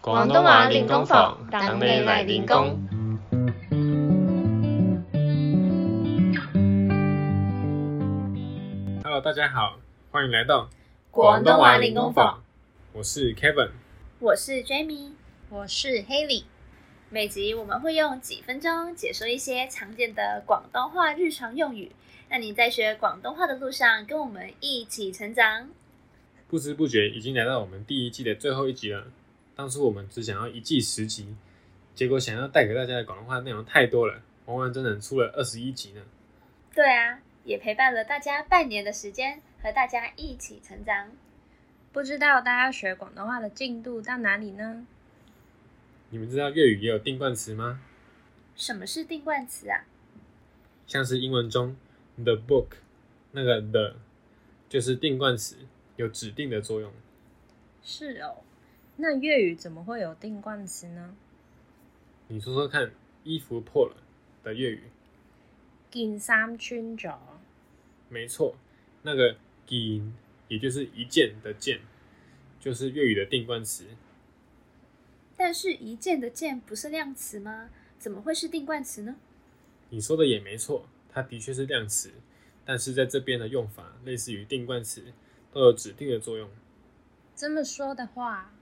广东话練功房，等你嚟練功。 Hello，大家好，欢迎来到广东话練功坊，我是 Kevin。我是 Jamie，我是 Haley，每集我们会用几分钟解说一些常见的广东话日常用语，让你在学广东话的路上跟我们一起成长。不知不觉已经来到我们第一季的最后一集了。当初我们只想要一季十集，结果想要带给大家的广东话内容太多了，完完整整出了二十一集呢。对啊，也陪伴了大家半年的时间，和大家一起成长。不知道大家学广东话的进度到哪里呢？你们知道粤语也有定冠词吗？什么是定冠词啊？像是英文中 the book 那个 the 就是定冠词，有指定的作用。是哦，那粤语怎么会有定冠词呢？你说说看，衣服破了的粤语，件衫穿咗，没错，那个件也就是一件的件，就是粤语的定冠词。但是一件的件不是量词吗？怎么会是定冠词呢？你说的也没错，它的确是量词，但是在这边的用法类似于定冠词，都有指定的作用。这么说的话，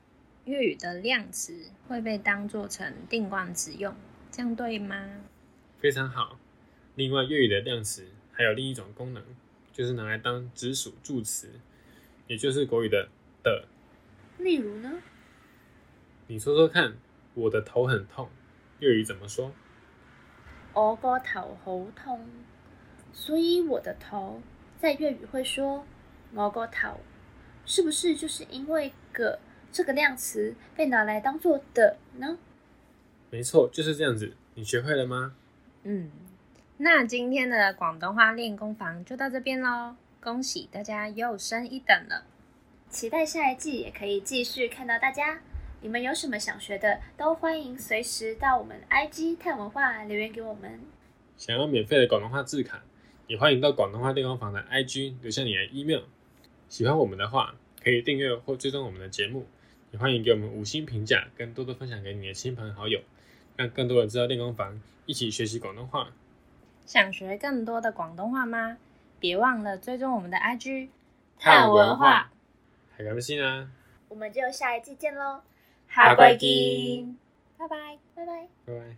粤语的量词会被当做成定冠词用，这样对吗？非常好。另外，粤语的量词还有另一种功能，就是拿来当直属助词，也就是国语的的。例如呢？你说说看，我的头很痛，粤语怎么说？我个头好痛，所以我的头在粤语会说我个头，是不是就是因为个这个量词被拿来当做的呢？没错，就是这样子。你学会了吗？嗯，那今天的广东话练功房就到这边喽，恭喜大家又升一等了。期待下一季也可以继续看到大家。你们有什么想学的，都欢迎随时到我们 IG 探文化留言给我们。想要免费的广东话字卡，也欢迎到广东话练功房的 IG 留下你的 email。喜欢我们的话，可以订阅或追踪我们的节目，也欢迎给我们五星评价，跟多多分享给你的亲朋好友，让更多人知道练功房，一起学习广东话。想学更多的广东话吗？别忘了追踪我们的 IG。探文化，系咁先啦，我们就下一季见喽，下季见，拜拜。拜拜。拜拜。